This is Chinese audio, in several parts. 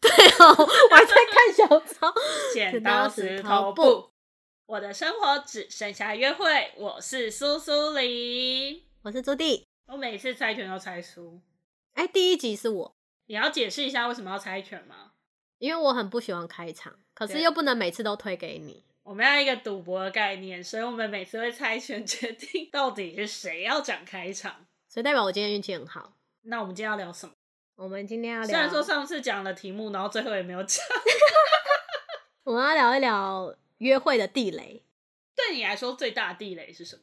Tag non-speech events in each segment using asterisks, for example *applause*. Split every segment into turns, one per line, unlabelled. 对哦， *laughs* 我还在看小抄。
剪
刀
刀
石
石
头
头
布
布。我的生活只剩下约会。我是苏苏黎。
我是朱棣，
我每次猜拳都猜输，
哎，第一集是我，
你要解释一下为什么要猜拳吗？
因为我很不喜欢开场，可是
对
又不能每次都推给你。
我们要一个赌博的概念，所以我们每次会猜拳决定到底是谁要讲开场。
所以代表我今天运气很好。
那我们今天要聊什么？
我们今天要聊，
虽然说上次讲了题目，然后最后也没有讲。 *laughs*
我们要聊一聊约会的地雷，
对你来说最大的地雷是什么？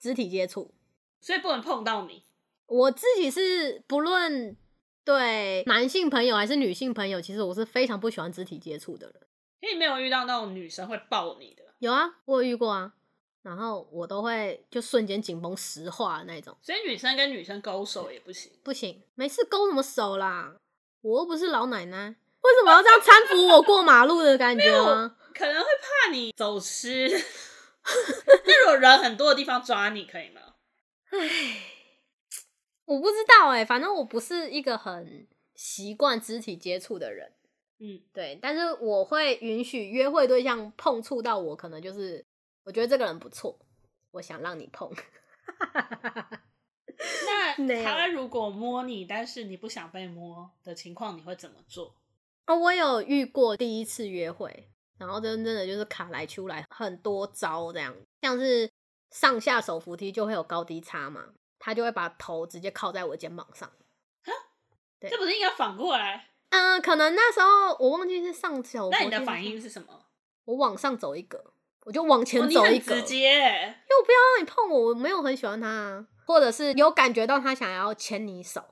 肢体接触。
所以不能碰到你。
我自己是不论对男性朋友还是女性朋友，其实我是非常不喜欢肢体接触的人。
因为你没有遇到那种女生会抱你的，
有啊，我有遇过啊，然后我都会就瞬间紧绷石化的那种，
所以女生跟女生勾手也不行。
不行，没事勾什么手啦，我又不是老奶奶，为什么要这样搀扶我过马路的感觉啊吗？
可能会怕你走失。 *laughs* 那如果人很多的地方抓你可以吗？
我不知道哎、反正我不是一个很习惯肢体接触的人，
嗯，
对，但是我会允许约会对象碰触到我，可能就是我觉得这个人不错，我想让你碰。
那
对
他如果摸你，但是你不想被摸的情况，你会怎么做？
哦，我有遇过第一次约会，然后真真的就是卡来出来很多招这样，像是上下手扶梯就会有高低差嘛，他就会把头直接靠在我肩膀上。对
这不是应该反过来？
嗯、可能那时候我忘记是上手扶梯，
那你的反应，是什么？
我往上走一格，我就往前
哦你
走
很
一格，
直接欸。
因为我不要让你碰我，我没有很喜欢他、啊，或者是有感觉到他想要牵你手。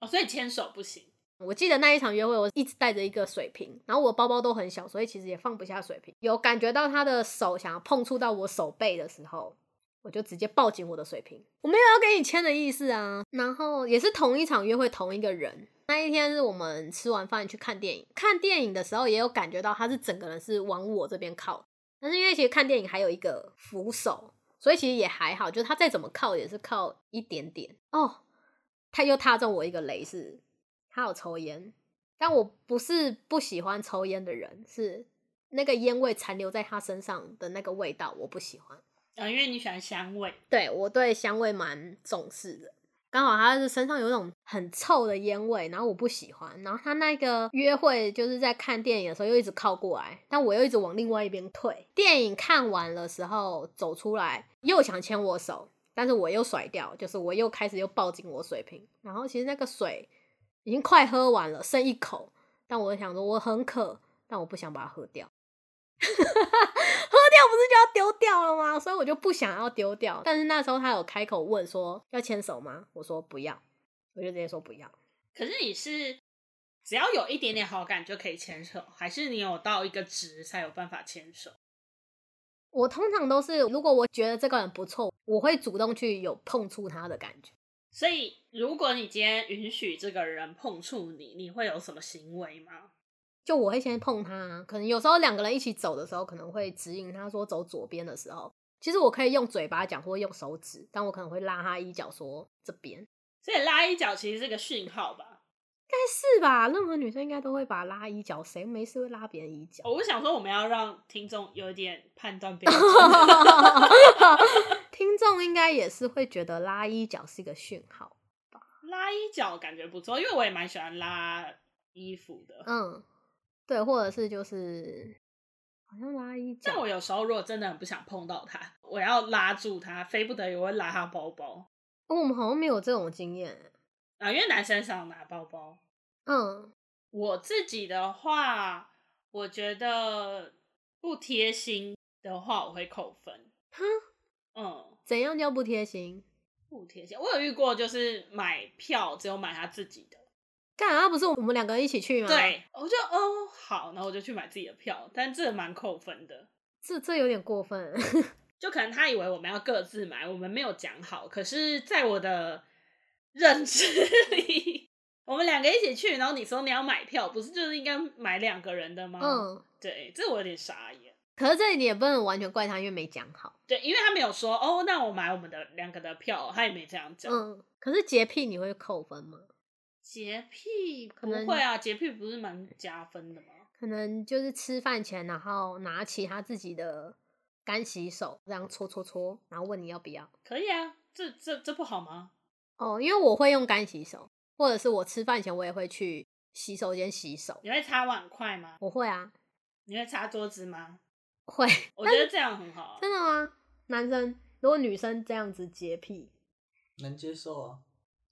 哦，所以牵手不行。
我记得那一场约会，我一直带着一个水瓶，然后我包包都很小，所以其实也放不下水瓶。有感觉到他的手想要碰触到我手背的时候，我就直接抱紧我的水瓶。我没有要跟你签的意思啊。然后也是同一场约会，同一个人。那一天是我们吃完饭去看电影，看电影的时候也有感觉到他是整个人是往我这边靠，但是因为其实看电影还有一个扶手，所以其实也还好，就是他再怎么靠也是靠一点点哦。他又踏中我一个雷是，他有抽烟，但我不是不喜欢抽烟的人，是那个烟味残留在他身上的那个味道，我不喜欢。
啊、因为你喜欢香味，
对我对香味蛮重视的。刚好他是身上有一种很臭的烟味，然后我不喜欢。然后他那个约会就是在看电影的时候又一直靠过来，但我又一直往另外一边退。电影看完的时候走出来，又想牵我手，但是我又甩掉，就是我又开始又抱紧我水瓶。然后其实那个水已经快喝完了，剩一口，但我想说我很渴，但我不想把它喝掉。喝掉不是就要丢掉了吗？所以我就不想要丢掉。但是那时候他有开口问说要牵手吗？我说不要，我就直接说不要。
可是你是只要有一点点好感就可以牵手，还是你有到一个值才有办法牵手？
我通常都是，如果我觉得这个人不错，我会主动去有碰触他的感觉。
所以，如果你今天允许这个人碰触你，你会有什么行为吗？
就我会先碰他，可能有时候两个人一起走的时候，可能会指引他说走左边的时候，其实我可以用嘴巴讲或用手指，但我可能会拉他衣角说这边，
所以拉一脚其实是个讯号吧。
应该是吧？任何女生应该都会把拉衣角，谁没事会拉别人衣角？
哦我想说，我们要让听众有一点判断标准。
*laughs* 听众应该也是会觉得拉衣角是一个讯号。
拉一脚感觉不错，因为我也蛮喜欢拉衣服的。
嗯，对，或者是就是好像拉衣
但
角
我，有时候如果真的很不想碰到他，我要拉住他，非不得已我会拉他包包
哦我们好像没有这种经验。
啊，因为男生想拿包包。
嗯，
我自己的话，我觉得不贴心的话，我会扣分。
哈，
嗯，
怎样叫不贴心？
不贴心。我有遇过，就是买票只有买他自己的，
干啊，不是我们两个人一起去吗？，
对，我就哦好，然后我就去买自己的票，但这蛮扣分的。
这这有点过分。
就可能他以为我们要各自买，我们没有讲好。可是，在我的认知里，我们两个一起去，然后你说你要买票，不是就是应该买两个人的吗？，
嗯，
对，这我有点傻眼。
可是这你也不能完全怪他，因为没讲好。
对，因为他没有说哦，
嗯
那我买我们的两个的票，他也没这样讲。
嗯，可是洁癖你会扣分吗？
洁癖
可
不
能
会啊，洁癖不是蛮加分的吗？
可能就是吃饭前，然后拿起他自己的干洗手，这样搓搓搓，然后问你要不要。
可以啊，这这这不好吗？
哦，因为我会用干洗手，或者是我吃饭前我也会去洗手间洗手。
你会擦碗筷吗？
我会啊，
你会擦桌子吗？
会
我觉得这样很好啊、
真的吗？男生如果女生这样子洁癖，
能接受啊，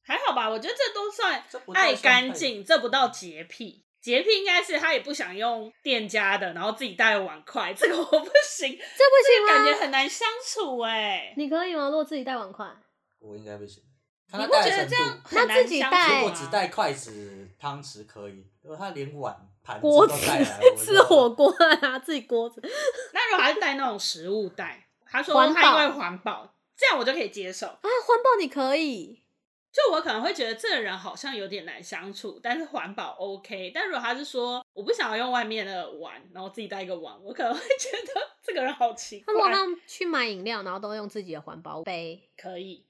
还好吧？我觉得这都算
这不太
爱
算
干
太
净，这不到洁癖。洁癖应该是他也不想用店家的，然后自己带碗筷，这个我不
这
行，
不行
感
吗？
觉很难相处哎、
你可以吗？如果自己带碗筷，
啊我应该不行。看
你
他
不
带
觉
的
得
程
这样
度，
那
很难
自己
相
带
处
如果
吗
只带啊筷子、汤匙可以，如果他连碗、盘子
锅
都
子
*laughs*
带来，我
吃火
就
锅啊，自己锅子。
那如果还是带那种食物袋，他说
环保
他因为环保，这样我就可以接受。
啊，环保你可以，
就我可能会觉得这个人好像有点难相处，但是环保 OK。但如果他是说我不想要用外面的碗，然后自己带一个碗，我可能会觉得这个人好奇
那
怪
如。果他们去买饮料，然后都用自己的环保杯，
可以，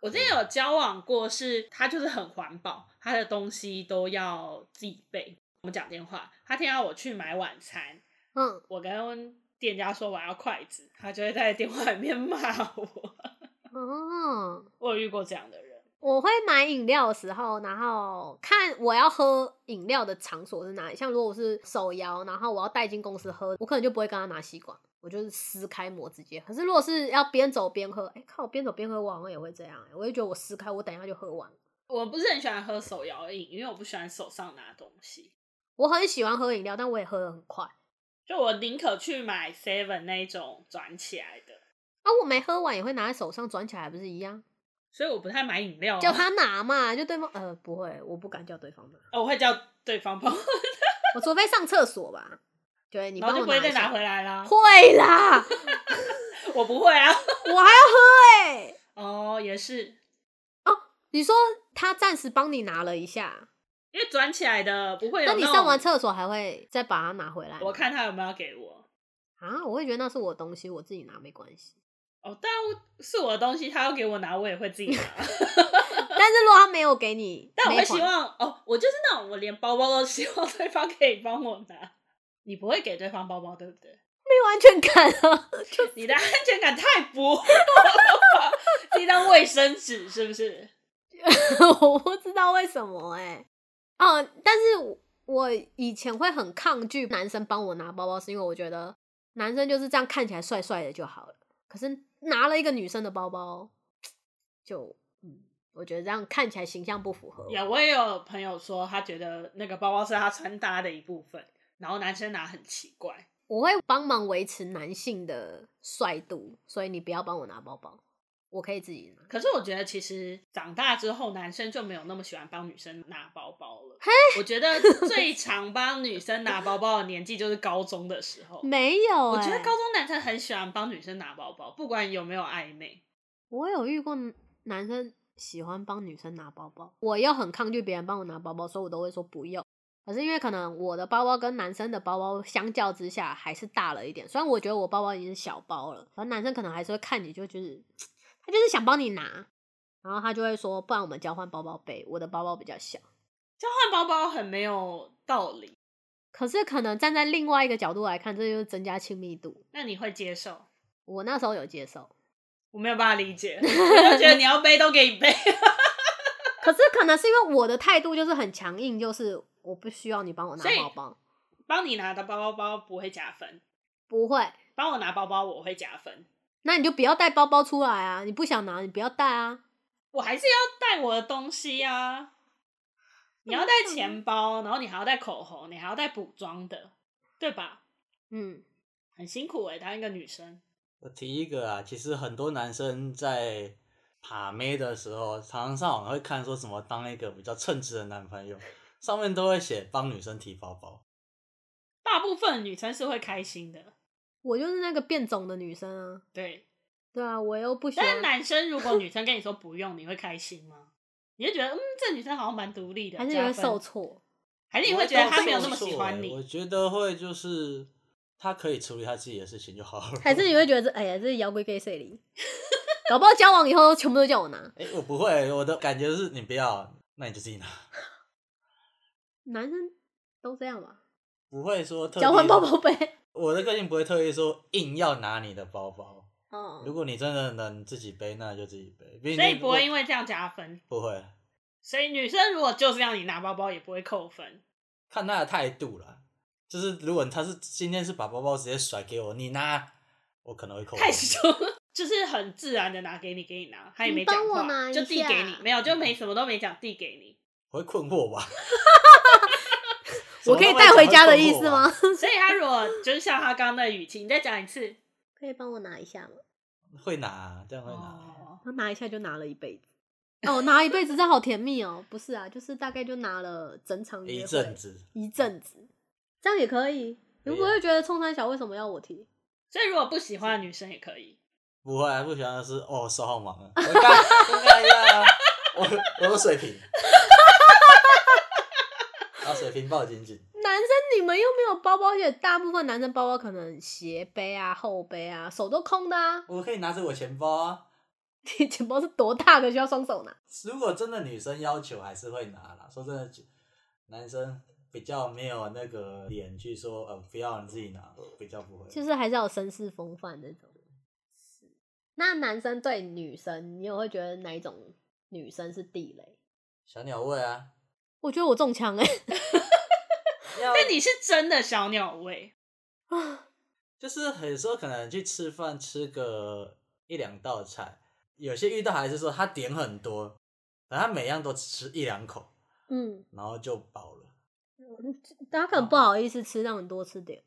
我之前有交往过是，他就是很环保，他的东西都要自己备。我们讲电话，他听到我去买晚餐，
嗯，
我跟店家说我要筷子，他就会在电话里面骂我。 *laughs*
哦，
我有遇过这样的人，
我会买饮料的时候，然后看我要喝饮料的场所是哪里。像如果我是手摇，然后我要带进公司喝，我可能就不会跟他拿吸管，我就是撕开膜直接。可是如果是要边走边喝，哎、靠，边走边喝，我好像也会这样、欸，我就觉得我撕开，我等一下就喝完。
我不是很喜欢喝手摇饮，因为我不喜欢手上拿东西。
我很喜欢喝饮料，但我也喝的很快。
就我宁可去买 Seven 那一种转起来的，
啊，我没喝完也会拿在手上转起来，不是一样？
所以我不太买饮料、啊。
叫他拿嘛，就对方呃不会，我不敢叫对方拿，
哦，我会叫对方帮我，
我除非上厕所吧。对，你
然
帮
后就
我
不
拿
会再
一下
拿回来啦。
会啦，
我不会啊。
我还要喝哎、
哦，也是，
你说他暂时帮你拿了一下，
因为转起来的不会有
那你
种
上完，厕所还会再把它拿回来吗？
啊我看他有没有给我。
啊，我会觉得那是我的东西，我自己拿没关系。 *laughs*
哦，但我是我的东西，他要给我拿，我也会自
*laughs*
己拿。
但是如果他没有给你，
*laughs* 但我
没
会希
还
望，哦，我就是那种我连包包都希望对方可以帮我拿。你不会给对方包包，对不对？
没有安全感啊，就
你的安全感太薄弱了吧，是一张卫生纸是不是？
*laughs* 我不知道为什么哎、哦，但是我我以前会很抗拒男生帮我拿包包，是因为我觉得男生就是这样看起来帅帅的就好了。可是拿了一个女生的包包，就嗯，我觉得这样看起来形象不符合我。
也我也有朋友说，他觉得那个包包是他穿搭的一部分，然后男生拿很奇怪。
我会帮忙维持男性的帅度，所以你不要帮我拿包包，我可以自己拿。
可是我觉得其实长大之后，男生就没有那么喜欢帮女生拿包包了。我觉得最常帮女生拿包包的年纪就是高中的时候。
没有、欸，
我觉得高中男生很喜欢帮女生拿包包，不管有没有暧昧。
我有遇过男生喜欢帮女生拿包包，我又很抗拒别人帮我拿包包，所以我都会说不用。可是因为可能我的包包跟男生的包包相较之下还是大了一点，虽然我觉得我包包已经是小包了，反正男生可能还是会看你就就是他就是想帮你拿，然后他就会说不然我们交换包包背，我的包包比较小。
交换包包很没有道理，
可是可能站在另外一个角度来看，这就是增加亲密度。
那你会接受？
我那时候有接受，
我没有办法理解，我就觉得你要背都给你背。 *laughs*
可是可能是因为我的态度就是很强硬，就是我不需要你帮我拿
所以
包包，
帮你拿的包包不会加分，
不会。
帮我拿包包我会加分，
那你就不要带包包出来啊！你不想拿，你不要带啊。
我还是要带我的东西啊。你要带钱包，然后你还要带口红，你还要带补妆的，对吧？
嗯，
很辛苦诶、当一个女生，
我提一个啊，其实很多男生在把妹的时候，常常上网会看说什么当一个比较称职的男朋友，上面都会写帮女生提包包。
大部分女生是会开心的，
我就是那个变种的女生啊。
对。
对啊，我又不喜
但是
欢。
男生如果女生跟你说不用，你会开心吗？你会觉得嗯，这女生好像蛮独立的，
还是
加
会
分
受，挫。
还是你
我
会觉得
倒
她
是
没有
不
那么喜
错欸
欢
我
你？
觉得会就是他可以处理他自己的事情就好了。
还
*laughs*
是你会觉得这哎呀，这是摇滚 gay 碎里， *laughs* 搞不好交往以后全部都叫我拿。
哎、我不会，我的感觉是你不要，那你就自己拿。
男生都这样吧？
不会说特
交换
地
包包呗。
我的个性不会特意说硬要拿你的包包。如
嗯，
果你真的能自己背，那就自己背。毕竟
所以不会因
为
为这样加分。
不会
所以女生如果就是让你拿包包，也不会扣分。
看他的态度啦。就是如果他是今天是把包包直接甩给我，你拿，我可能会扣分。
太凶了，就是很自然的拿给你，给你拿，他也没
你
讲
帮我拿
话，
一
就递给你
下，
没有就没什么都没讲，
*laughs*
递给你。
我会困
*laughs*
惑吧？
我可以带回家的意思
啊
吗？？
所以他如果就是像他刚刚的语气，你再讲一次，
可以帮我拿一下吗？
会拿，啊这样会拿。
哦，
他拿一下就拿了一辈子。 *laughs* 哦，拿一辈子，这好甜蜜哦！不是啊，就是大概就拿了整
哦
场约会
一阵子，
一阵子，这样也可以。
可以啊
如果会觉得冲山小为什么要我提？
所以如果不喜欢的女生也可以。
不会啊，不喜欢的是哦，手好忙啊， *laughs* 我刚跟刚一样啊，我我的水 *laughs* 平，把水平抱紧紧，
男生你们又没有包包，而且大部分男生包包可能斜背啊、后背啊，手都空的啊。 *laughs*
我可以拿着我钱包啊。
你钱包是多大的需要双手拿？
如果真的女生要求，还是会拿啦。说真的，男生比较没有那个脸去说，呃，不要你自己拿，比较不会。
就是还是要有绅士风范这种。那男生对女生，你有会觉得哪一种女生是地雷？
小鸟胃啊，
我觉得我中枪哎、欸， *laughs*
要
但你是真的小鸟胃，
就是有时候可能去吃饭吃个一两道菜，有些遇到还是说他点很多，然后他每样都只吃一两口，
嗯，
然后就饱了。
大家可能不好意思吃，让你多吃点。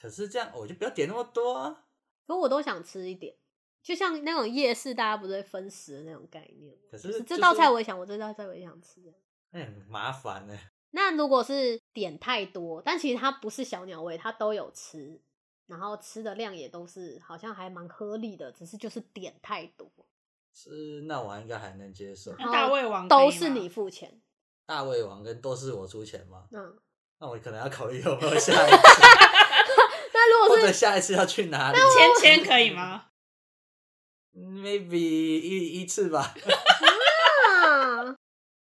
可是这样我就不要点那么多啊。
可我都想吃一点，就像那种夜市，大家不是会分食的那种概念吗？
可
就是这道菜
就是
我也想，我这道菜我也想吃。
那哎很麻烦呢、
那如果是点太多，但其实它不是小鸟胃，它都有吃，然后吃的量也都是好像还蛮合理的，只是就是点太多，
是那我应该还能接受。
然
那
后
大胃王
都
可以
是
吗
你付钱。
大胃王跟都是我出钱吗？
嗯，
那我可能要考虑有没有下一次，
那如
或
果
者
是
下一次要去哪里
芊芊可以
*laughs*
吗？
嗯？Maybe 一一次吧， *laughs*
啊，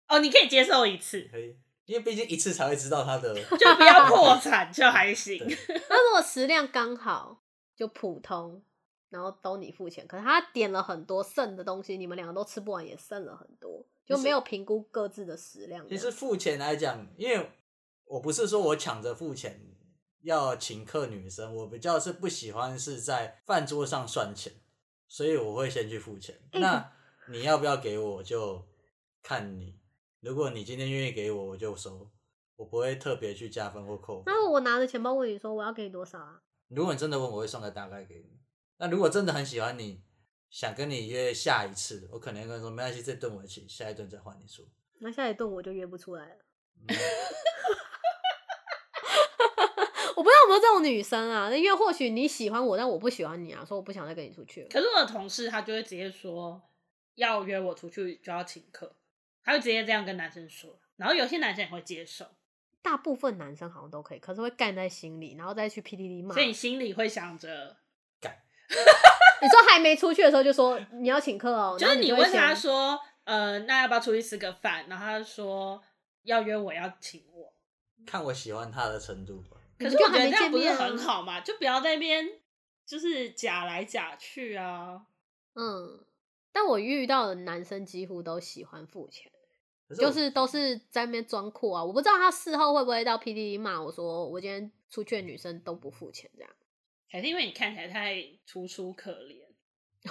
哦，你可以接受一次，
可以，因为毕竟一次才会知道他的。
就不要破产就还
*laughs*
行。
那如果食量刚好就普通，然后都你付钱，可是他点了很多剩的东西，你们两个都吃不完，也剩了很多，就
其实
没有评估各自的食量这样。
其实付钱来讲，因为我不是说我抢着付钱要请客女生，我比较是不喜欢是在饭桌上算钱，所以我会先去付钱。
嗯
那你要不要给我就看你，如果你今天愿意给我，我就收，我不会特别去加分或扣分。
那如果我拿着钱包问你说我要给你多少啊？
如果你真的问，我会送个大概给你。那如果真的很喜欢你，想跟你约下一次，我可能会跟你说没关系，这顿我请，下一顿再换你出。
那下一顿我就约不出来了。
嗯 *laughs*
我不知道有没有这种女生啊，因为或许你喜欢我，但我不喜欢你啊，所以我不想再跟你出去了。
可是我的同事他就会直接说，要约我出去就要请客，他会直接这样跟男生说，然后有些男生也会接受，
大部分男生好像都可以，可是会干在心里，然后再去 PDD 骂。
所以你心里会想着，
你说还没出去的时候就说你要请客哦，
就
然
是
后你
你问他
他，
说，呃，那要不要出去吃个饭？然后他就说要约我要请我，
看我喜欢他的程度吧。
可
你
是
们就
我觉
还
得
没
这样
见
不是
面啊
很好嘛，就不要在那边就是假来假去啊。
嗯，但我遇到的男生几乎都喜欢付钱，
可是我
就是都是在那边装酷啊。我不知道他事后会不会到 PDD 骂我说我今天出去的女生都不付钱这样， *laughs*
还是因为你看起来太楚楚可怜，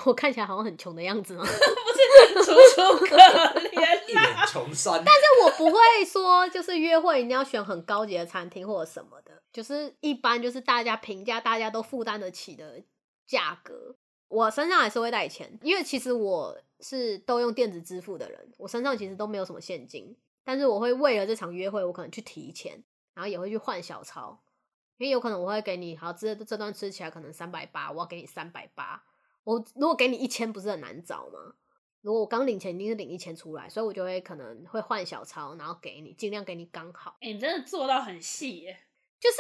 我看起来好像很穷的样子吗？
不是楚
*laughs*
楚可怜
一
啊啦，
哎
脸穷酸，但是
但我不会说，就是约会一定要选很高级的餐厅或者什么的，就是一般就是大家评价大家都负担得起的价格。我身上还是会带钱，因为其实我是都用电子支付的人，我身上其实都没有什么现金，但是我会为了这场约会，我可能去提钱，然后也会去换小钞，因为有可能我会给你，好，这这段吃起来可能三百八，我要给你三百八，我如果给你一千，不是很难找吗？如果我刚领钱，一定是领一千出来，所以我就会可能会换小钞，然后给你，尽量给你刚好，
哎、你真的做到很细耶。
就是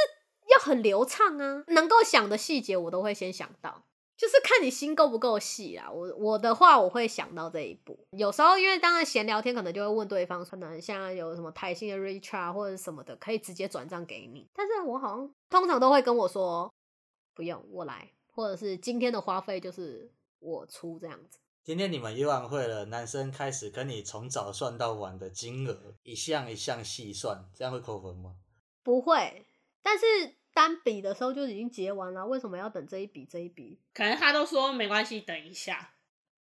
要很流畅啊，能够想的细节我都会先想到。就是看你心够不够细啊。我我的话，我会想到这一步。有时候因为当然闲聊天，可能就会问对方，可能像有什么台新的 Richard 或者什么的，可以直接转账给你。但是我好像通常都会跟我说，不用我来，或者是今天的花费就是我出这样子。
今天你们约完会了，男生开始跟你从早算到晚的金额，一项一项细算，这样会扣分吗？
不会，但是单笔的时候就已经结完了，为什么要等这一笔这一笔？
可能他都说没关系，等一下，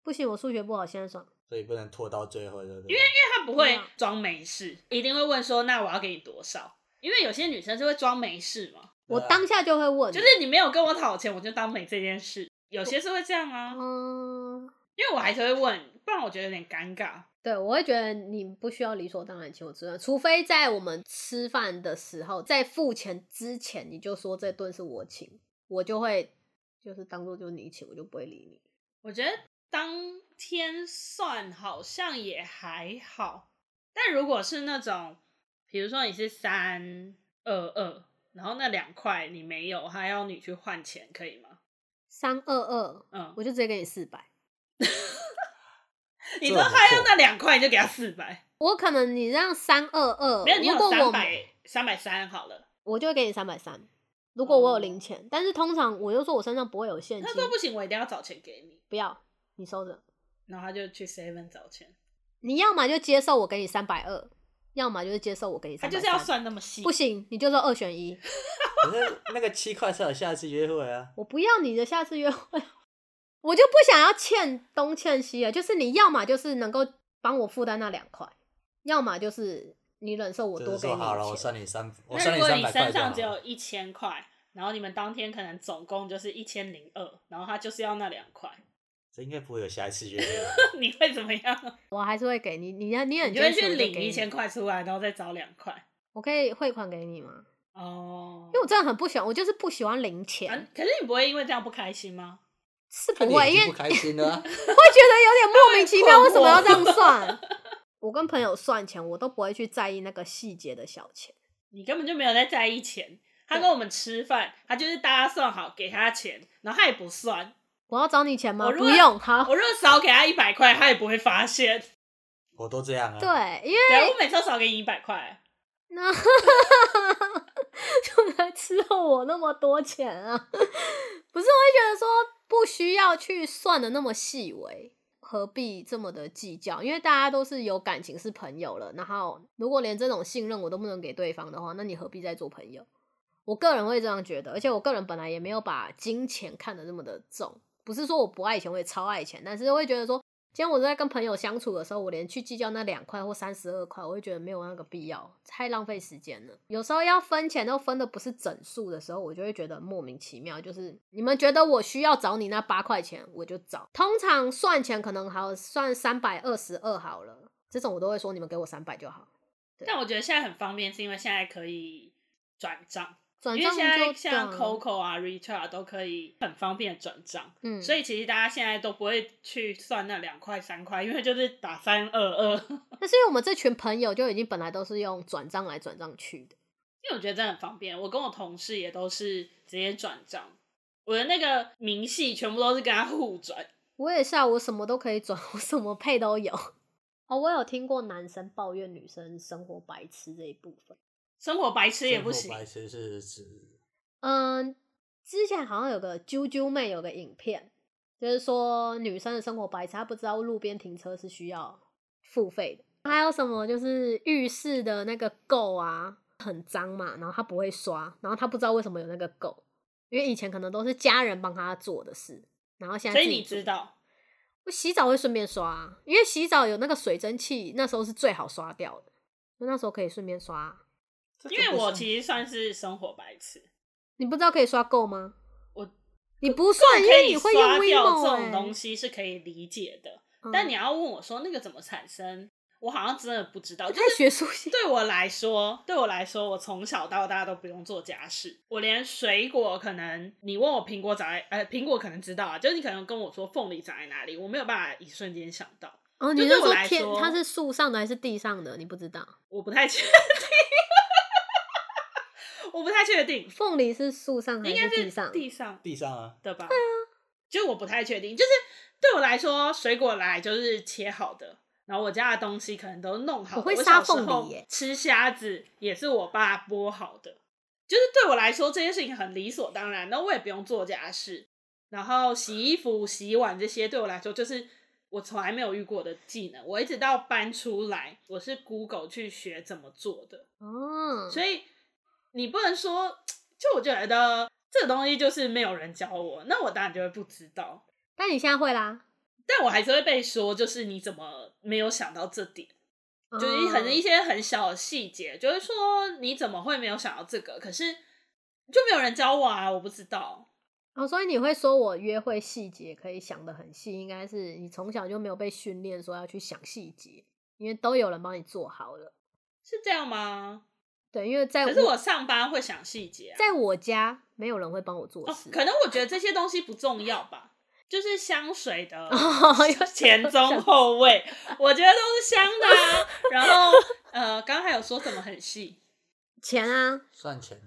不行，我数学不好，现在算。
所以不能拖到最后，对不对？
因为他不会
对啊
装没事，一定会问说那我要给你多少？因为有些女生是会装没事嘛，
我
对啊
当下就会问，
就是你没有跟我讨钱，我就当没这件事。有些是会这样啊，
嗯，
因为我还是会问，不然我觉得有点尴尬。
对，我会觉得你不需要理所当然请我吃饭，除非在我们吃饭的时候，在付钱之前你就说这顿是我请，我就会就是当做就是你请，我就不会理你。
我觉得当天算好像也还好，但如果是那种，比如说你是三二二，然后那两块你没有，他要你去换钱，可以吗？
三二二，
嗯，
我就直接给你四百。
你都他要那两块，你就给他四百，
我可能你让三二二，
没有你
呃如
有
果
三
我
百啊三百三好了，
我就会给你三百三。如果我有
哦
零钱，但是通常我又说我身上不会有现
他
金，
说不行，我一定要找钱给你，
不要，你收着。
然后他就去 seven 找钱，
你要么就接受我给你三百二，要么就是接受我给你
他
三百
就
三。
是要算那么细，
不行，你就说二选
*laughs*
一。
可是那个七块才有下次约会啊。
我不要你的下次约会， *laughs* 我就不想要欠东欠西了。就是你要么就是能够帮我负担那两块，要么就是你忍受我
就
多
是
给你
说好了，我
钱。
算你三，我
那
算
如果
三
你
百块
身
就好
上只
了。
有一千块，然后你们当天可能总共就是一千零二，然后他就是要那两块，
这应该不会有下一次约会吧。
你会怎么样？
我还是会给你，你你很
你就会
坚持
去
我就
领
给你
一千，块出来，然后再找两块。
我可以汇款给你吗？
哦
因为我真的很不喜欢，我就是不喜欢零钱，
啊，可是你不会因为这样不开心吗？
是不
*laughs* 看你
会，
已
因
经
为
不开心了啊、
会觉得有点莫名其妙，
他会
为什么要这
困惑
样算？ *laughs* 我跟朋友算钱，我都不会去在意那个细节的小钱。
你根本就没有在在意钱。他跟我们吃饭，他就是大家算好给他钱，然后他也不算。
我要找你钱吗？
我如
不
果
用，好。
我如果少给他一百块，他也不会发现。
*laughs* 我都这样啊。，
对，因为
对啊，我每次都少给你一百块，啊
那 *laughs* 就来伺候我那么多钱啊！ *laughs* 不是，我会觉得说不需要去算的那么细微，何必这么的计较？因为大家都是有感情，是朋友了。然后，如果连这种信任我都不能给对方的话，那你何必再做朋友？我个人会这样觉得，而且我个人本来也没有把金钱看得那么的重，不是说我不爱钱，我也超爱钱，但是会觉得说，今天我在跟朋友相处的时候，我连去计较那两块或三十二块，我会觉得没有那个必要，太浪费时间了。有时候要分钱都分的不是整数的时候，我就会觉得莫名其妙。就是你们觉得我需要找你那八块钱，我就找。通常算钱可能好算三百二十二好了，这种我都会说你们给我三百就好。对
但我觉得现在很方便，是因为现在可以转账，
转
因为
账
现在
就
像
对啊
Coco 啊、Richard 都可以很方便地转账。
嗯，
所以其实大家现在都不会去算那两块三块，因为就是打三二二。 *laughs*
但是因为我们这群朋友就已经本来都是用转账来转账去的，
因为我觉得真的很方便，我跟我同事也都是直接转账，我的那个明细全部都是跟他互转。
我也是啊，我什么都可以转， *laughs* 我什么配都有。哦，我有听过男生抱怨女生生活白痴这一部分。
生活白痴也不行，
白痴是指
嗯，之前好像有个啾啾妹有个影片，就是说女生的生活白痴，她不知道路边停车是需要付费的。还有什么就是浴室的那个垢啊，很脏嘛，然后她不会刷，然后她不知道为什么有那个垢，因为以前可能都是家人帮她做的事，然后现在
所以
自己
你
做
知道，
我洗澡会顺便刷啊，因为洗澡有那个水蒸气，那时候是最好刷掉的，就那时候可以顺便刷啊。
因为我
实
其实算是生活白痴，
你不知道可以刷够吗？
我
你不算，因
可
为
以
你会用
刷掉
WeMo
这种
哎、
东西是可以理解的，
嗯
但你要问我说那个怎么产生，我好像真的不知道，就
太
是
学术性。
*laughs* 对我来说，对我来说，我从小到大都不用做家事。我连水果，可能你问我苹果长在，呃，苹果可能知道啊，就是你可能跟我说凤梨长在哪里，我没有办法一瞬间想到，
哦，
就
你
对
是
我
说
来
天
说
它是树上的还是地上的？你不知道。
我不太确 *laughs* 定，我不太确定，
凤梨是树上还
应该
地
是
上？
地上
地上啊，
的吧？就我不太确定，就是对我来说，水果来就是切好的，然后我家的东西可能都弄好的。
我会
小
杀
时
凤梨
候
耶
吃虾子也是我爸剥好的，就是对我来说这件事情很理所当然，那我也不用做家事。然后洗衣服、洗碗这些对我来说就是我从来没有遇过的技能，我一直到搬出来，我是 Google 去学怎么做的。
嗯，
所以你不能说，就我觉得这个东西就是没有人教我，那我当然就会不知道，
但你现在会啦，
但我还是会被说，就是你怎么没有想到这点，就是很一
嗯
些很小的细节，就是说你怎么会没有想到这个，可是就没有人教我啊，我不知道，
哦，所以你会说我约会细节可以想得很细，应该是你从小就没有被训练说要去想细节，因为都有人帮你做好了。
是这样吗？
对，因为在
可是我上班会想细节、啊，
哎在我家没有人会帮我做
哦
事，，
可能我觉得这些东西不重要吧。就是香水
*laughs*
的
哦又
前中后味，我觉得都是香的、啊。然后呃，刚刚还有说什么很细
钱啊，
算钱，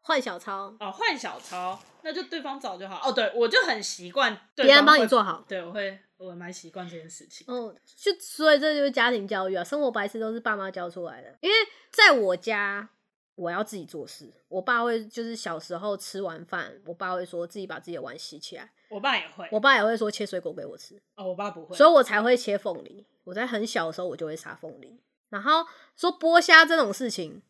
换小抄，
哦，换小抄，那就对方找就好。哦，对我就很习惯对
别人
方
帮你
会，
做好。
对我会，我蛮习惯这件事情。
嗯，就所以这就是家庭教育啊，生活白痴都是爸妈教出来的。因为在我家，我要自己做事，我爸会就是小时候吃完饭，我爸会说自己把自己的碗洗起来，
我爸也会，
我爸也会说切水果给我吃，
哦，我爸不会，
所以我才会切凤梨。我在很小的时候我就会杀凤梨，然后说剥虾这种事情，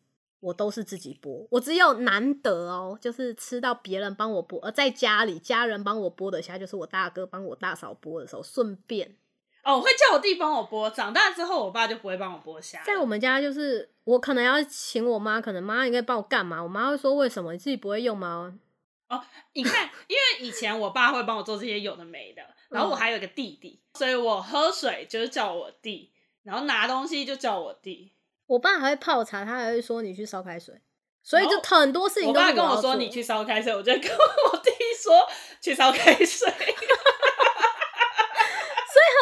我都是自己剥，我只有难得哦，就是吃到别人帮我剥，而在家里家人帮我剥的虾，就是我大哥帮我大嫂剥的时候，顺便
哦，我会叫我弟帮我剥。长大之后，我爸就不会帮我剥虾了。
在我们家就是我可能要请我妈，可能妈你可以帮我干嘛？我妈会说为什么你自己不会用吗？
你看，因为以前我爸会帮我做这些有的没的，然
嗯
后我还有一个弟弟，所以我喝水就是叫我弟，然后拿东西就叫我弟。
我爸还会泡茶，他还会说你去烧开水，所以
然
就
后
很多事情
我
都是
爸跟
我
我
要
说
做
你去烧开水，我就跟我弟说去烧开水。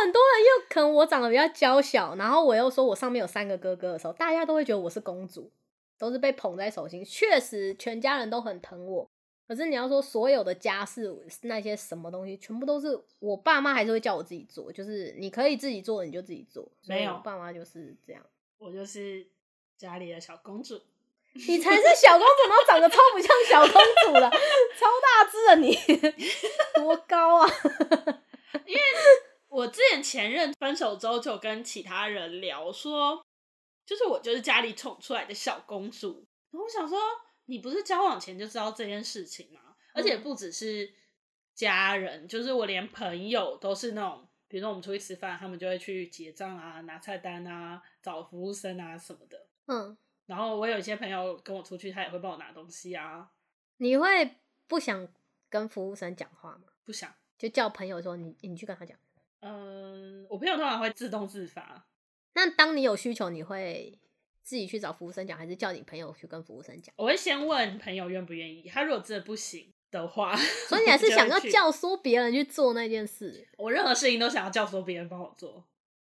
很多人又可能我长得比较娇小，然后我又说我上面有三个哥哥的时候，大家都会觉得我是公主，都是被捧在手心。确实，全家人都很疼我。可是你要说所有的家事那些什么东西，全部都是我爸妈还是会叫我自己做，就是你可以自己做你就自己做。所以
没有
我爸妈就是这样。
*laughs* 我就是家里的小公主，
你才是小公主，然后长得超不像小公主了， *laughs* 超大只的
*laughs*
你，多高啊！
我之前前任分手之后，就有跟其他人聊说，就是我就是家里宠出来的小公主。然后我想说，你不是交往前就知道这件事情吗？而且不只是家人，就是我连朋友都是那种，比如说我们出去吃饭，他们就会去结账啊、拿菜单啊、找服务生啊什么的。
嗯，
然后我有一些朋友跟我出去，他也会帮我拿东西啊，
你会不想跟服务生讲话吗？
不想。
就叫朋友说你你去跟他讲。
嗯，我朋友通常会自动自发，
那当你有需求，你会自己去找服务生讲，还是叫你朋友去跟服务
*laughs*
生讲？
我会先问朋友愿不愿意，他如果真的不行的话， *laughs*
所以你还是想
我
要
就会去
教唆别人去做那件事
我任何事情都想要教唆别人帮我做，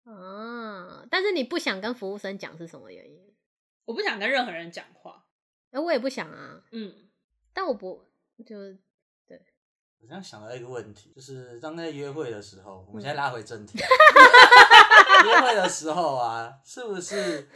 啊？但是你不想跟服务生讲是什么原因？
我不想跟任何人讲话。
哎、我也不想啊，
嗯，
但我不就是
我刚想到一个问题，就是当在约会的时候，
嗯
我们现在拉回正
*laughs*
题。约会的时候啊，是不是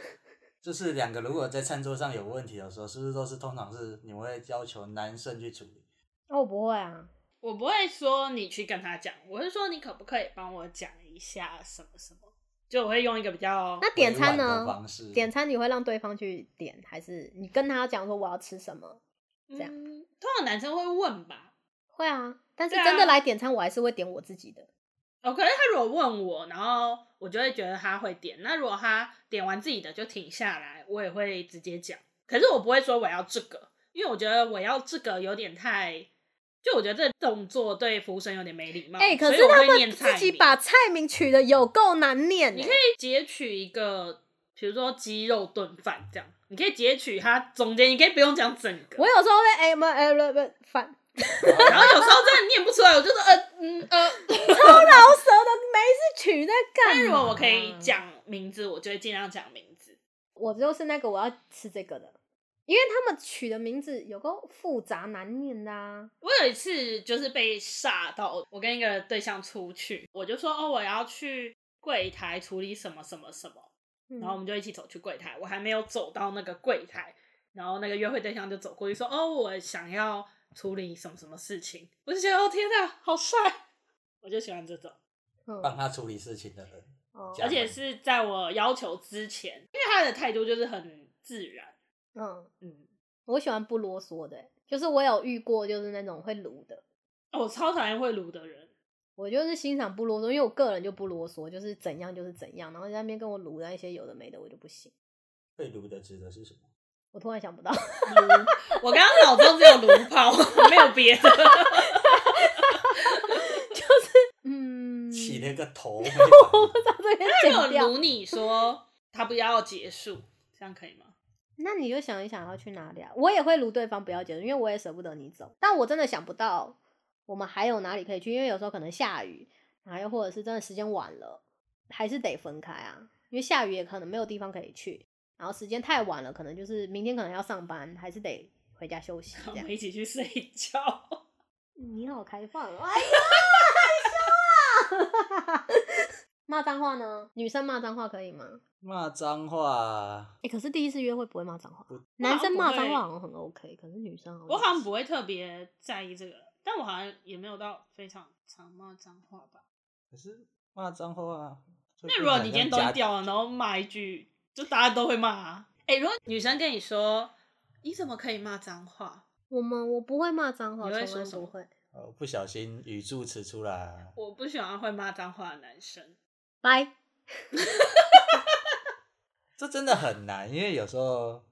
就是两个如果在餐桌上有问题的时候，是不是都是通常是你会要求男生去处理？
哦，我不会啊，
我不会说你去跟他讲，我是说你可不可以帮我讲一下什么什么？就我会用一个比较
那点餐
委婉的
呢
方？式
点餐你会让对方去点，还是你跟他讲说我要吃什么？这样
嗯，通常男生会问吧。
会啊，但是
对啊
真的来点餐，我还是会点我自己的。
哦，可是他如果问我，然后我就会觉得他会点。那如果他点完自己的就停下来，我也会直接讲。可是我不会说我要这个，因为我觉得我要这个有点太，就我觉得这动作对服务生有点没礼貌。
哎、可
啊所以
是
我
他
会
们
念
自
菜
己
名
把菜名取的有够难念、欸，
你可以截取一个，比如说鸡肉炖饭这样，你可以截取它中间，你可以不用讲整个。
我有时候会哎么哎不不反
然后有时候真的念不出来，我就是呃嗯呃。
饶舌的没事曲在 *laughs* 干嘛。啊
但如果我可以，讲名字，我就会尽量讲名字。
我就是那个我要吃这个的，因为他们取的名字有个复杂难念的啊，
我有一次就是被吓到，我跟一个对象出去，我就说哦，我要去柜台处理什么什么什么，
嗯
然后我们就一起走去柜台。我还没有走到那个柜台，然后那个约会对象就走过去说哦，我想要处理什么什么事情。我就觉得哦天哪，好帅！我就喜欢这种，
帮
啊
嗯，
他处理事情的人，
哦
讲
而且是在我要求之前，因为他的态度就是很自然，
嗯，
嗯。
我喜欢不啰嗦的欸、就是我有遇过就是那种会卤的，
哦我超讨厌会撸的人，
我就是欣赏不啰嗦，因为我个人就不啰嗦，就是怎样就是怎样，然后在那边跟我卤那一些有的没的，我就不行。
被撸的指的是
嗯
什么？
我突然想不到，
撸我刚刚脑中只有撸炮，没有别的。
嗯， *laughs*
起了个头，没
我
反
不知道这边
*laughs* 他有
剪掉。
如你说他不要结束，这样可以吗？
那你就想一想要去哪里啊？我也会如对方不要结束，因为我也舍不得你走。但我真的想不到我们还有哪里可以去，因为有时候可能下雨，然后又或者是真的时间晚了，还是得分开啊。因为下雨也可能没有地方可以去，然后时间太晚了，可能就是明天可能要上班，还是得回家休息
我
这样 *laughs*
们。一起去睡觉。
你好开放 *laughs* 哦！哎呀，害羞啊！ *laughs* 骂脏话呢？女生骂脏话可以吗？
骂脏话，
哎、可是第一次约会不会骂脏话，男生骂脏话好像很 OK，可是女生好像
我好像不会特别在意这个，但我好像也没有到非常常骂脏话吧。
可是骂脏话。
那如果你今天东西
假
掉了，然后骂一句，就大家都会骂啊。哎、如果女生跟你说你怎么可以骂脏话，
我们我不会骂脏话，
你会
从来
说什
不
么
会。
哦，不小心语助词出来，啊
我不喜欢会骂脏话的男生。
拜，
这真的很难，因为有时候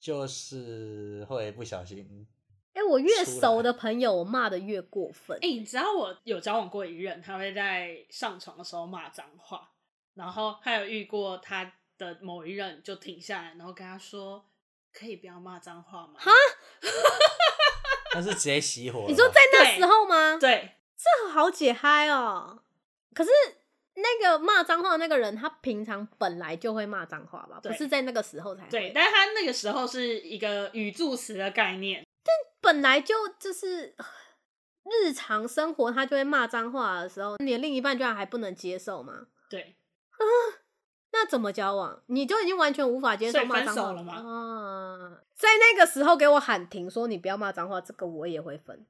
就是会不小心。
哎、我越
出来
熟的朋友，我骂的越过分。
哎、你知道我有交往过一任，他会在上床的时候骂脏话，然后还有遇过他的某一任就停下来，然后跟他说：“可以不要骂脏话吗？”
那是直接熄火了吧。
你说在那
对
时候吗？
对，
这好解嗨哦。可是那个骂脏话的那个人，他平常本来就会骂脏话吧？不
对
是在那个时候才会
对，但是他那个时候是一个语助词的概念，
本来就就是呃日常生活，他就会骂脏话的时候，你的另一半居然还不能接受吗？
对，
那怎么交往？你就已经完全无法接
所
受
以
骂
分
脏
手
话
了吗
啊！在那个时候给我喊停，说你不要骂脏话，这个我也会分。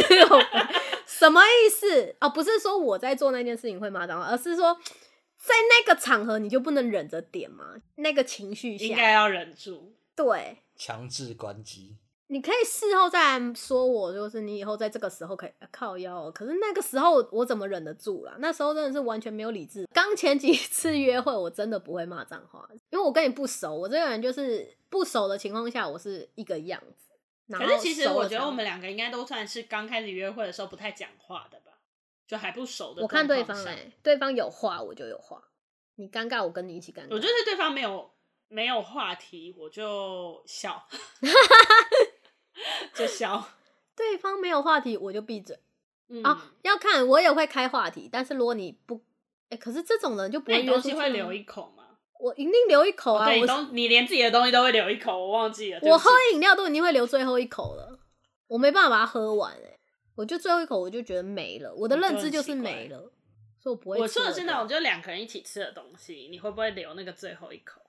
*laughs* 什么意思啊、哦？不是说我在做那件事情会骂脏话，而是说在那个场合你就不能忍着点吗？那个情绪
应
下，
该要忍住。
对，
强制关机，
你可以事后再来说我，就是你以后在这个时候可以啊靠腰、哦，可是那个时候我怎么忍得住啦？那时候真的是完全没有理智。刚前几 *laughs* 次约会，我真的不会骂脏话，因为我跟你不熟，我这个人就是不熟的情况下，我是一个样子。然
可
后
是其实
熟了
我觉
才
得
会
我们两个应该都算是刚开始约会的时候不太讲话的吧，就还不熟的。
我看对方哎、
哎、
对方有话我就有话，你尴尬我跟你一起尴尬。
我就是对方没有没有话题，我
*laughs*
就笑，就笑。
对方没有话题我就闭嘴、
嗯，
啊，要看我也会开话题，但是如果你不哎、可是这种人就不
那
会
你
约
东
出
西
去
会
啊
留一口吗？
我一定留一口
哦
啊！
对，
我
你
是
东你连自己的东西都会留一口，我忘记了。对
我
不起
喝饮料都已经会留最后一口了，我没办法把它喝完哎、我就最后一口我就觉得没了，我的
你就
认知
很
就是
奇怪
没了，所以我不会吃我。
我说的是那种就两个人一起吃的东西，你会不会留那个最后一口？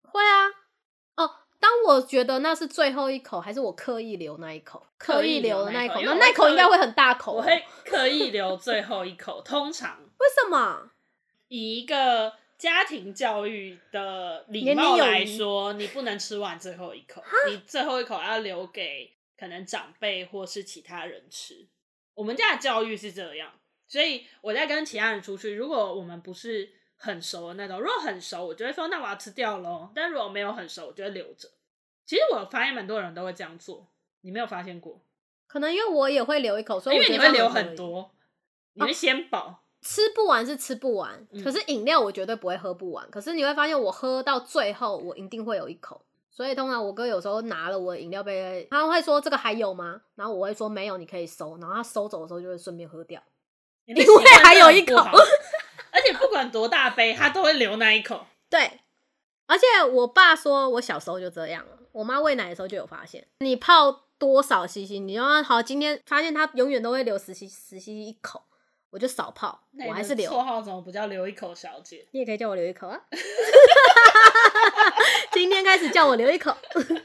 会啊哦。当我觉得那是最后一口，还是我刻意留那一口，刻
刻
意
意
留
留
的
那
一
一口
口，
因
那
为我
那一
会
口应该
刻
会很大口哦、
我会刻意留最后一口，通常
为什么？
以一个家庭教育的礼
年龄
貌
有
来
余
说，你不能吃完最后一口，你最后一口要留给可能长辈或是其他人吃。我们家的教育是这样，所以我在跟其他人出去，如果我们不是很熟的那种，如果很熟，我就会说那我要吃掉喽；但如果没有很熟，我就会留着。其实我发现蛮多人都会这样做，你没有发现过？
可能因为我也会留一口，所以
因
我觉
为你
得这
会留
样可
很
以，
多，你
哦
会先饱。
吃不完是吃不完，
嗯
可是饮料我绝对不会喝不完。可是你会发现，我喝到最后，我一定会有一口。所以通常我哥有时候拿了我的饮料杯，他会说这个还有吗？然后我会说没有，你可以收。然后他收走的时候就会顺便喝掉。
你的
因为
习惯
还有
真的
一
不
口
好而且不管多大杯，他都会留那一口。
对，而且我爸说我小时候就这样了，我妈喂奶的时候就有发现，你泡多少 CC，你要好今天发现她永远都会留十 CC 十 CC 一口，我就少泡，
那
我
你
还
的
是留
绰。号怎么不叫留一口小姐？
你也可以叫我留一口啊。 *laughs* 今天开始叫我留一口。 *laughs*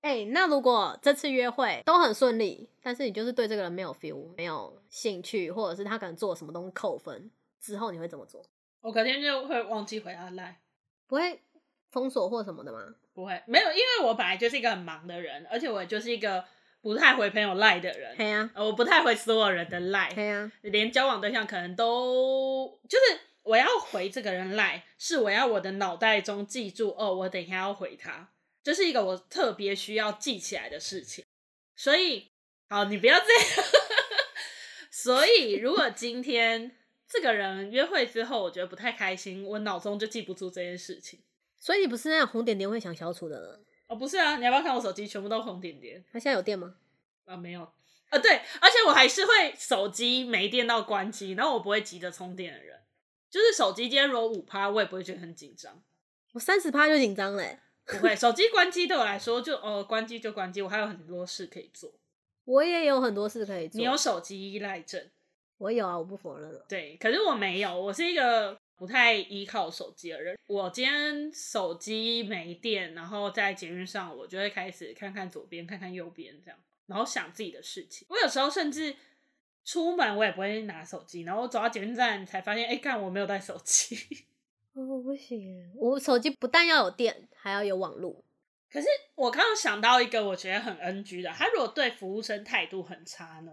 哎、那如果这次约会都很顺利，但是你就是对这个人没有 feel、没有兴趣，或者是他可能做什么东西扣分，之后你会怎么做？
我隔天就会忘记回他赖，
不会封锁或什么的吗？
不会没有，因为我本来就是一个很忙的人，而且我就是一个不太回朋友赖的人，
嘿呀、
呃我不太回所有人的赖，
嘿呀、
连交往对象可能都就是我要回这个人赖，是我要我的脑袋中记住哦，我等一下要回他，这是一个我特别需要记起来的事情。所以，好，你不要这样。 *laughs* 所以，如果今天这个人约会之后，我觉得不太开心，我脑中就记不住这件事情。
所以你不是那种红点点会想消除的人？
哦，不是啊，你要不要看我手机？全部都红点点
他现在有电吗？
啊，没有啊，对，而且我还是会手机没电到关机，然后我不会急着充电的人。就是手机今天如果五趴，我也不会觉得很紧张，
我三十趴就紧张欸嘞。
不会。手机关机对我来说就哦，关机就关机，我还有很多事可以做。
我也有很多事可以做。
你有手机依赖症，
我有啊，我不否认了。
对，可是我没有，我是一个不太依靠手机的人。我今天手机没电，然后在捷运上，我就会开始看看左边，看看右边，这样，然后想自己的事情。我有时候甚至出门，我也不会拿手机，然后我走到捷运站才发现，哎、干，我没有带手机。 *laughs*
哦，不行，我手机不但要有电，还要有网络。
可是我刚刚想到一个我觉得很 NG 的，他如果对服务生态度很差呢？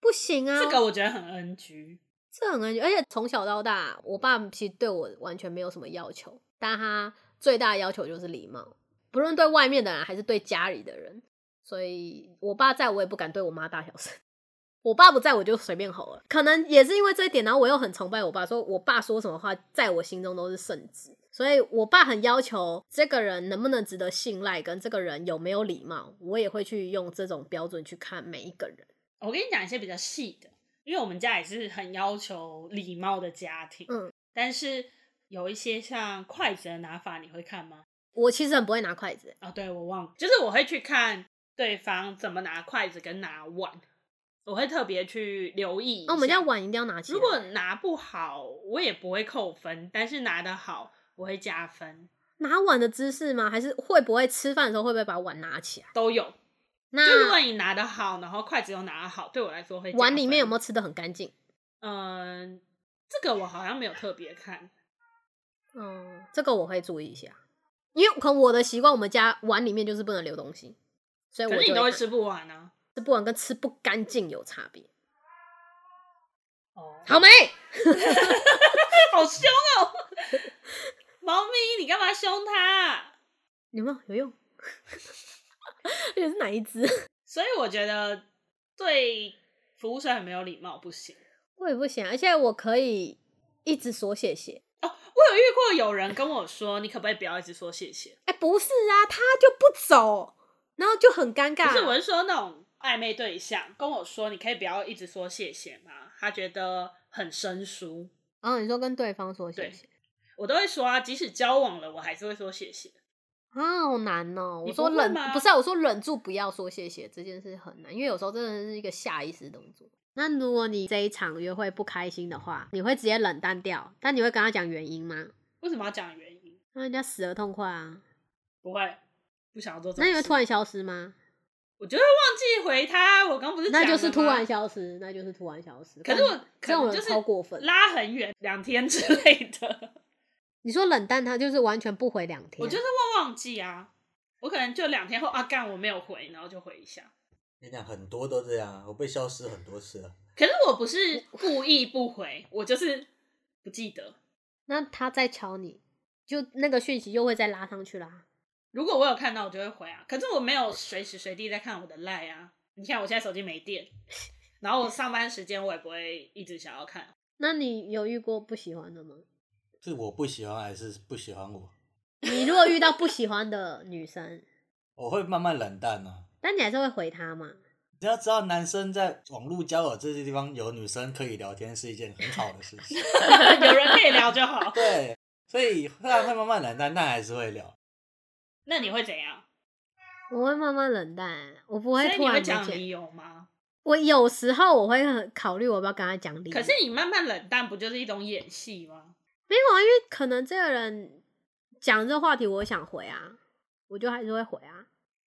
不行啊，
这个我觉得很 NG。
这很安全，而且从小到大，我爸其实对我完全没有什么要求，但他最大的要求就是礼貌，不论对外面的人还是对家里的人。所以我爸在我也不敢对我妈大小声，我爸不在我就随便吼了。可能也是因为这一点，然后我又很崇拜我爸，说我爸说什么话，在我心中都是圣旨。所以我爸很要求这个人能不能值得信赖，跟这个人有没有礼貌，我也会去用这种标准去看每一个人。
我跟你讲一些比较细的，因为我们家也是很要求礼貌的家庭。
嗯，
但是有一些像筷子的拿法，你会看吗？
我其实很不会拿筷子、
啊、对我忘了，就是我会去看对方怎么拿筷子跟拿碗，我会特别去留意。
那、哦我们家，碗一定要拿起来。
如果拿不好，我也不会扣分，但是拿得好，我会加分，
拿碗的姿势吗？还是会不会吃饭的时候会不会把碗拿起来？
都有。就如果
那
你拿得好，然后筷子又拿得好，对我来说会加
碗里面有没
有？
有吃的很干净？
嗯、这个我好像没有特别看。
嗯，这个我会注意一下，因为可能我的习惯，我们家碗里面就是不能留东西，所以哎我
可是
就
你都会
会
吃不完啊。
吃不完跟吃不干净有差别。
*laughs* 哦，
好没？
好凶哦！ *laughs* 猫咪，你干嘛凶它、
有没有有用？而 *laughs* 且是哪一只？
所以我觉得对服务生很没有礼貌，不行。
我也不行啊，而且我可以一直说谢谢。
哦，我有遇过有人跟我说，你可不可以不要一直说谢谢？
哎、不是啊，他就不走，然后就很尴尬。
不是，我是说那种暧昧对象跟我说，你可以不要一直说谢谢吗？他觉得很生疏。
嗯，你说跟对方说谢
对
谢
我都会说啊，即使交往了，我还是会说谢谢。
啊，好难哦、
你
我
不
说
会
忍
吗
不是、啊，我说忍住不要说谢谢这件事很难，因为有时候真的是一个下意识动作。那如果你这一场约会不开心的话，你会直接冷淡掉，但你会跟他讲原因吗？
为什么要讲原因？
让人家死而痛快啊！
不会，不想要做这种
那
事。
你会突然消失吗？
我就会忘记回他。我刚不是
那就
讲
是
了
突
吗
然消失，那就是突然消失。
可是
干
我可
这种
能
人
就是
超过分。
拉很远两天之类的，
你说冷淡他就是完全不回两天，
我就是会忘记啊。我可能就两天后啊，干我没有回，然后就回一下。
跟你讲，很多都这样啊，我被消失很多次了。
可是我不是 *laughs* 故意不回，我就是不记得。
那他再敲你，就那个讯息又会再拉上去啦。
如果我有看到，我就会回啊。可是我没有随时随地在看我的赖啊。你看我现在手机没电，然后我上班时间我也不会一直想要看。 *laughs*
那你有遇过不喜欢的吗？
是我不喜欢还是不喜欢我？
你如果遇到不喜欢的女生，
我会慢慢冷淡啊。
但你还是会回她嘛？
你要知道，男生在网络交友这些地方有女生可以聊天是一件很好的事
*laughs*
情。
有人可以聊就好。
对，所以虽然会慢慢冷淡，但还是会聊。
那你会怎样？
我会慢慢冷淡，我不
所
会
以
突
你
然
会
不
讲
见。
理由吗？
我有时候我会很考虑我要不要跟他讲理由，
可是你慢慢冷淡，不就是一种演戏吗？
没有啊，因为可能这个人讲这话题，我想回啊，我就还是会回啊。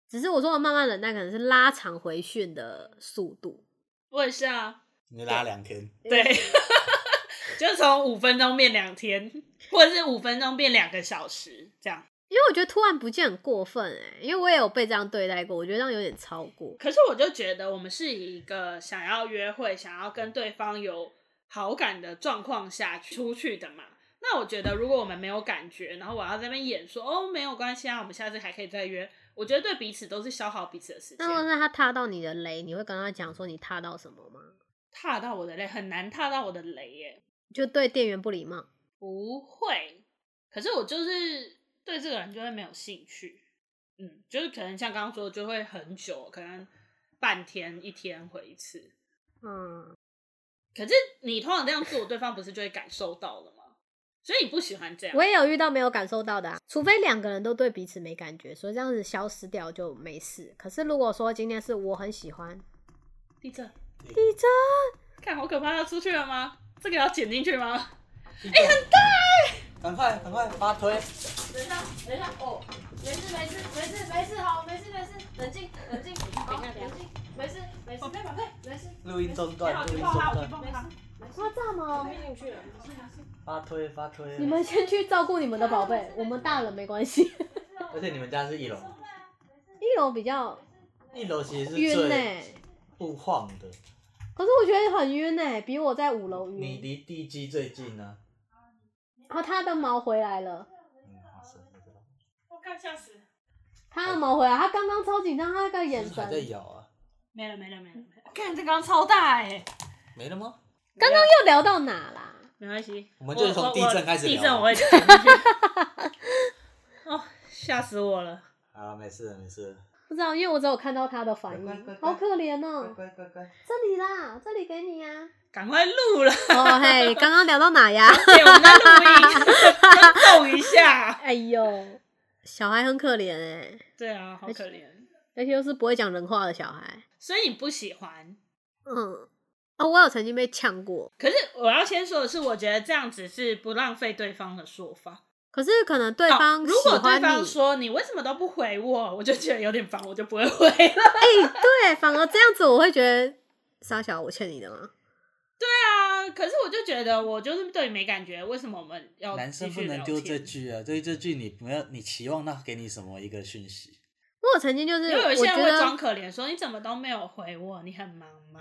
只是我说的慢慢冷淡，可能是拉长回讯的速度。
我也是啊，
你拉两天，
对， *laughs* 就从五分钟变两天，或者是五分钟变两个小时这样。
因为我觉得突然不见很过分哎、因为我也有被这样对待过，我觉得这样有点超过。
可是我就觉得，我们是以一个想要约会、想要跟对方有好感的状况下出去的嘛。那我觉得，如果我们没有感觉，然后我要在那边演说哦，没有关系啊，我们下次还可以再约。我觉得对彼此都是消耗彼此的时间
那。如果是他踏到你的雷，你会跟他讲说你踏到什么吗？
踏到我的雷，很难踏到我的雷耶。
就对店员不礼貌。
不会，可是我就是对这个人就会没有兴趣。嗯，就是可能像刚刚说的，就会很久，可能半天、一天回一次。
嗯，
可是你通常这样做，对方不是就会感受到了吗？所以你不喜欢这样
我。也有遇到没有感受到的、啊，除非两个人都对彼此没感觉，所以这样子消失掉就没事。可是如果说今天是我很喜欢，
地震，
地震，
看好可怕，要出去了吗？这个要剪进去吗？
哎，很
欸
大，赶快赶快把它推，
等一下，等一下，哦，没事没事没事没事，好，没事没事，冷静冷静，好，冷静，没事没事，宝贝宝贝，没事
录音中断，录音中断，
没事，
夸张哦！
飞进去了，没事
把它推发推。
你们先去照顾你们的宝贝，我们大人没关系。 *laughs*
而且你们家是一楼，
一楼比较
一楼其实是
晕呢、
最不晃的，
可是我觉得很晕呢、欸比我在五楼
你
晕。
离地基最近啊呢。
然后它的毛回来了，
嗯，好是不知道
我看哦吓死，
它的毛回来，它刚刚超紧张，它那个眼
是不是还在
神。
咬啊？
没了没了没了，看这刚超大
欸
哎、
没了吗？
刚刚又聊到哪啦？
没关系，
我们就是从地震开始
我我
聊啊
地震我会剪进去。 *laughs* 哦，吓死我了！
啊，没事了没事了。
不知道，因为我只有看到它的反
乖乖
应，
乖
好可怜哦、
乖乖乖，
这里啦，这里给你啊呀、
赶快录了， *laughs*
哦 *laughs* 嘿，刚刚聊到哪呀？
对，我们在录音， *laughs* 先动一下。
哎呦，小孩很可怜哎、
对啊，好可怜。
而且又是不会讲人话的小孩。
所以你不喜欢，
嗯，哦，我有曾经被呛过，
可是我要先说的是，我觉得这样子是不浪费对方的说法。
可是可能对方、喜
哦如果对
欢
方
你，
说你为什么都不回我，我就觉得有点烦，我就不会回了。
哎、对，反而这样子我会觉得，傻小，我欠你的吗？
啊，可是我就觉得我就是对你没感觉，为什么我们要
男生
继
不
续
能
聊
丢这
天？
句啊！对于这句，你没有你期望他给你什么一个讯息？
我曾经就是，
因为有
我
一些
觉
人会装
得
可怜，说你怎么都没有回我，你很忙吗？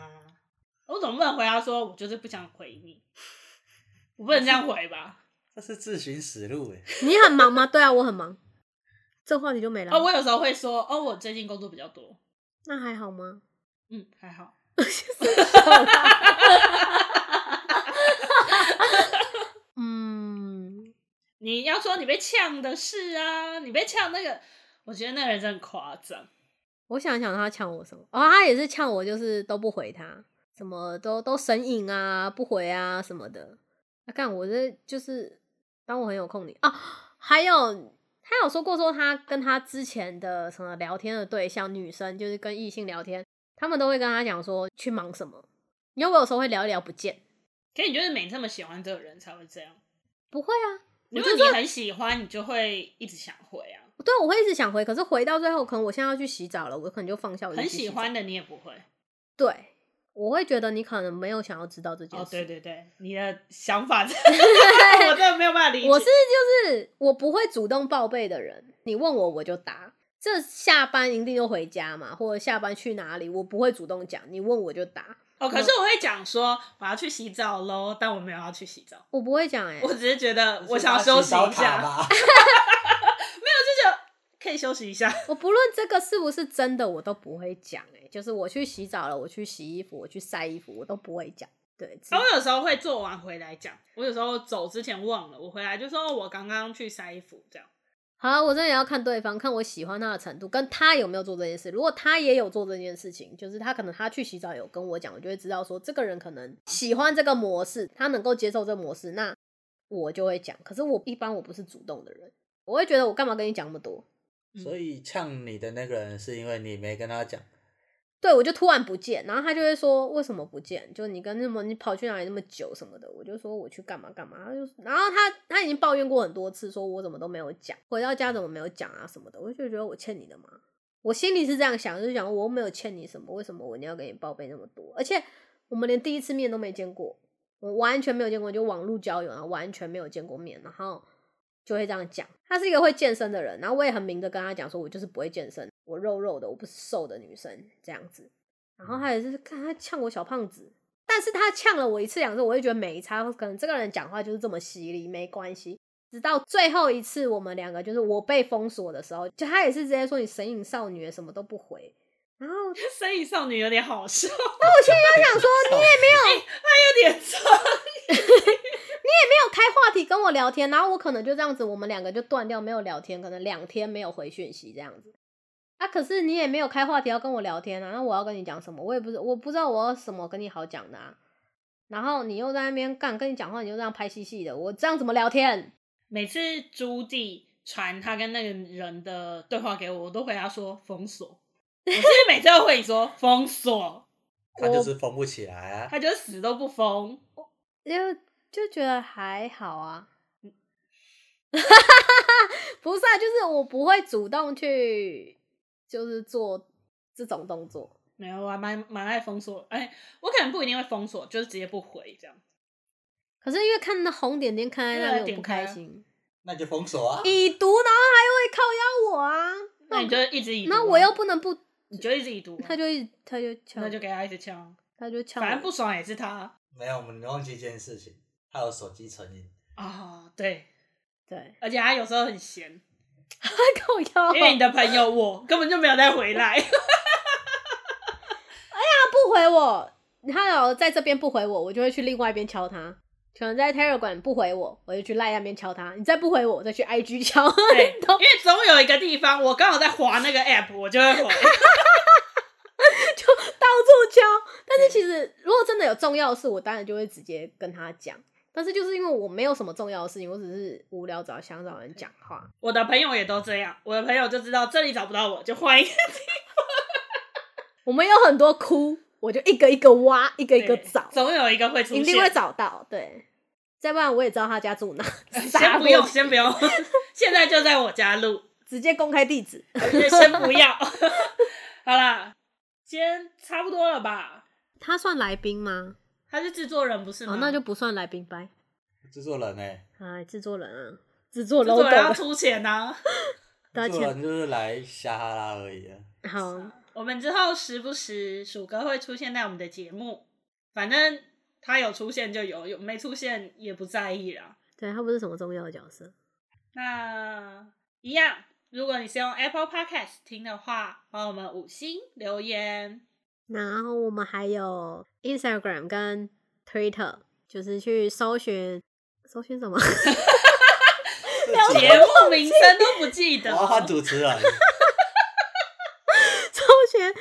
我总不能回答说我就是不想回你，我不能这样回吧？
这是自寻死路哎、
你很忙吗？对啊，我很忙，这话题就没了。
哦，我有时候会说哦，我最近工作比较多，
那还好
*laughs*
吗？
嗯，还好。
嗯，
你要说你被呛的是啊，你被呛那个，我觉得那个人真的很夸张。
我想想他呛我什么？哦，他也是呛我，就是都不回他，什么都都神隐啊，不回啊什么的。那、啊、干我这就是当我很有空你啊，还有他有说过说他跟他之前的什么聊天的对象女生，就是跟异性聊天，他们都会跟他讲说去忙什么，因为我有时候会聊一聊不见，
可你就是没这么喜欢这个人才会这样。
不会啊，我
如
就
果
是
你很喜欢，你就会一直想回啊。
对我会一直想回，可是回到最后，可能我现在要去洗澡了，我可能就放下我就
很
去洗
喜
澡
欢，的你也不会。
对。我会觉得你可能没有想要知道这件
哦
事，，
对对对，你的想法
*laughs*
真的，我真的没有办法理解。
我是就是我不会主动报备的人，你问我我就答。这下班一定就回家嘛，或者下班去哪里，我不会主动讲，你问我就答，
哦，可是我会讲说我要去洗澡喽，但我没有要去洗澡，
我不会讲哎、
我只是觉得我想要休息
打
一
洗澡卡
下，
吧。
可以休息一下。
我不论这个是不是真的，我都不会讲哎、就是我去洗澡了，我去洗衣服，我去晒衣服，我都不会讲。对，只
啊我有时候会做完回来讲，我有时候走之前忘了，我回来就说哦我刚刚去晒衣服这样。 *laughs*
好啊，我真的要看对方，看我喜欢他的程度，跟他有没有做这件事。如果他也有做这件事情，就是他可能他去洗澡有跟我讲，我就会知道说这个人可能喜欢这个模式，他能够接受这个模式，那我就会讲。可是我一般我不是主动的人，我会觉得我干嘛跟你讲那么多？
所以呛你的那个人是因为你没跟他讲，
对，我就突然不见，然后他就会说为什么不见？就你跟那么你跑去哪里那么久什么的，我就说我去干嘛干嘛，他就然后他他已经抱怨过很多次，说我怎么都没有讲，回到家怎么没有讲啊什么的，我就觉得我欠你的嘛，我心里是这样想，就是想我又没有欠你什么，为什么我一定要给你报备那么多？而且我们连第一次面都没见过，我完全没有见过，就网络交友，然后完全没有见过面，然后就会这样讲。他是一个会健身的人，然后我也很明着跟他讲说，我就是不会健身，我肉肉的，我不是瘦的女生这样子。然后他也是看他呛我小胖子，但是他呛了我一次两次，我就觉得没差，可能这个人讲话就是这么犀利，没关系。直到最后一次，我们两个就是我被封锁的时候，就他也是直接说你神隐少女什么都不回，然后
生意少女有点好笑， *laughs*
他想说你也没有
她有点臭。
没有开话题跟我聊天，然后我可能就这样子，我们两个就断掉，没有聊天，可能两天没有回讯息这样子。啊，可是你也没有开话题要跟我聊天啊，那我要跟你讲什么？我也不是，我不知道我有什么跟你好讲的啊。然后你又在那边干，跟你讲话你就这样拍嘻嘻的，我这样怎么聊天？
每次朱棣传他跟那个人的对话给我，我都回他说封锁。我是不是每次都回你说封锁，
*laughs* 他就是封不起来啊。
他就死都不封。
就就觉得还好啊， *laughs* 不是啊，就是我不会主动去，就是做这种动作。
没有，我还蛮蛮爱封锁。哎、我可能不一定会封锁，就是直接不回这样。
可是因为看那红点点看在那里，我不开心。
那就封锁啊！
已读，然后他又会靠压我啊，
那你就一直已读啊，
那我又不能不，
你就一直已读啊，
他就一直他就呛，
那就给他一直呛，
他就呛我，
反正不爽也是他啊
没有，我们忘记一件事情，他有手机成瘾。
啊。对，
对，
而且他有时候很闲，
他靠腰，
*laughs* 因为你的朋友我根本就没有再回
*laughs*
来。
他不回我，他有在这边不回我，我就会去另外一边敲他。可能在 Telegram 不回我，我就去赖那边敲他。你再不回我，我再去 IG *laughs* 敲。
对，
你懂
因为总有一个地方，我刚好在滑那个 app，我就会回。
就到处敲。但是其实如果真的有重要的事，我当然就会直接跟他讲。但是就是因为我没有什么重要的事情，我只是无聊找想找人讲话。
我的朋友也都这样，我的朋友就知道这里找不到我，就换一个
我们有很多窟，我就一个一个挖，一个一个
对
找，
总有一个会出现。
一定会找到。对，再不然我也知道他家住哪，
*laughs* 先
杀
不用，
过去
先不用， *laughs* 现在就在我家录，
直接公开地址。
先不要。 *laughs* 好啦，今天差不多了吧？
他算来宾吗？
他是制作人不是吗？
哦，那就不算来宾拜。
制作人哎、
哎，制作人啊，制作
制作
*laughs*
人要
logo
出钱啊呐、
道
制作
歉。
人就是来瞎哈拉而已啊。
好，
我们之后时不时鼠哥会出现在我们的节目，反正他有出现就有，有没出现也不在意啦。
对他不是什么重要的角色。
那一样，如果你是用 Apple Podcast 听的话，帮我们五星留言。
然后我们还有 Instagram 跟 Twitter，就是去搜寻搜寻什么？ *laughs*
自己
节目名称都不记
我
得，哦
要换主持人，
搜寻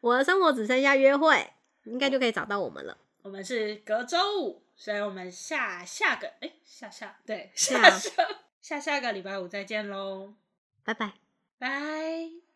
我的生活只剩下约会，应该就可以找到我们了。
我们是隔周五，所以我们下下个哎、下下对
下
下下下下个礼拜五再见喽，
拜拜。
拜。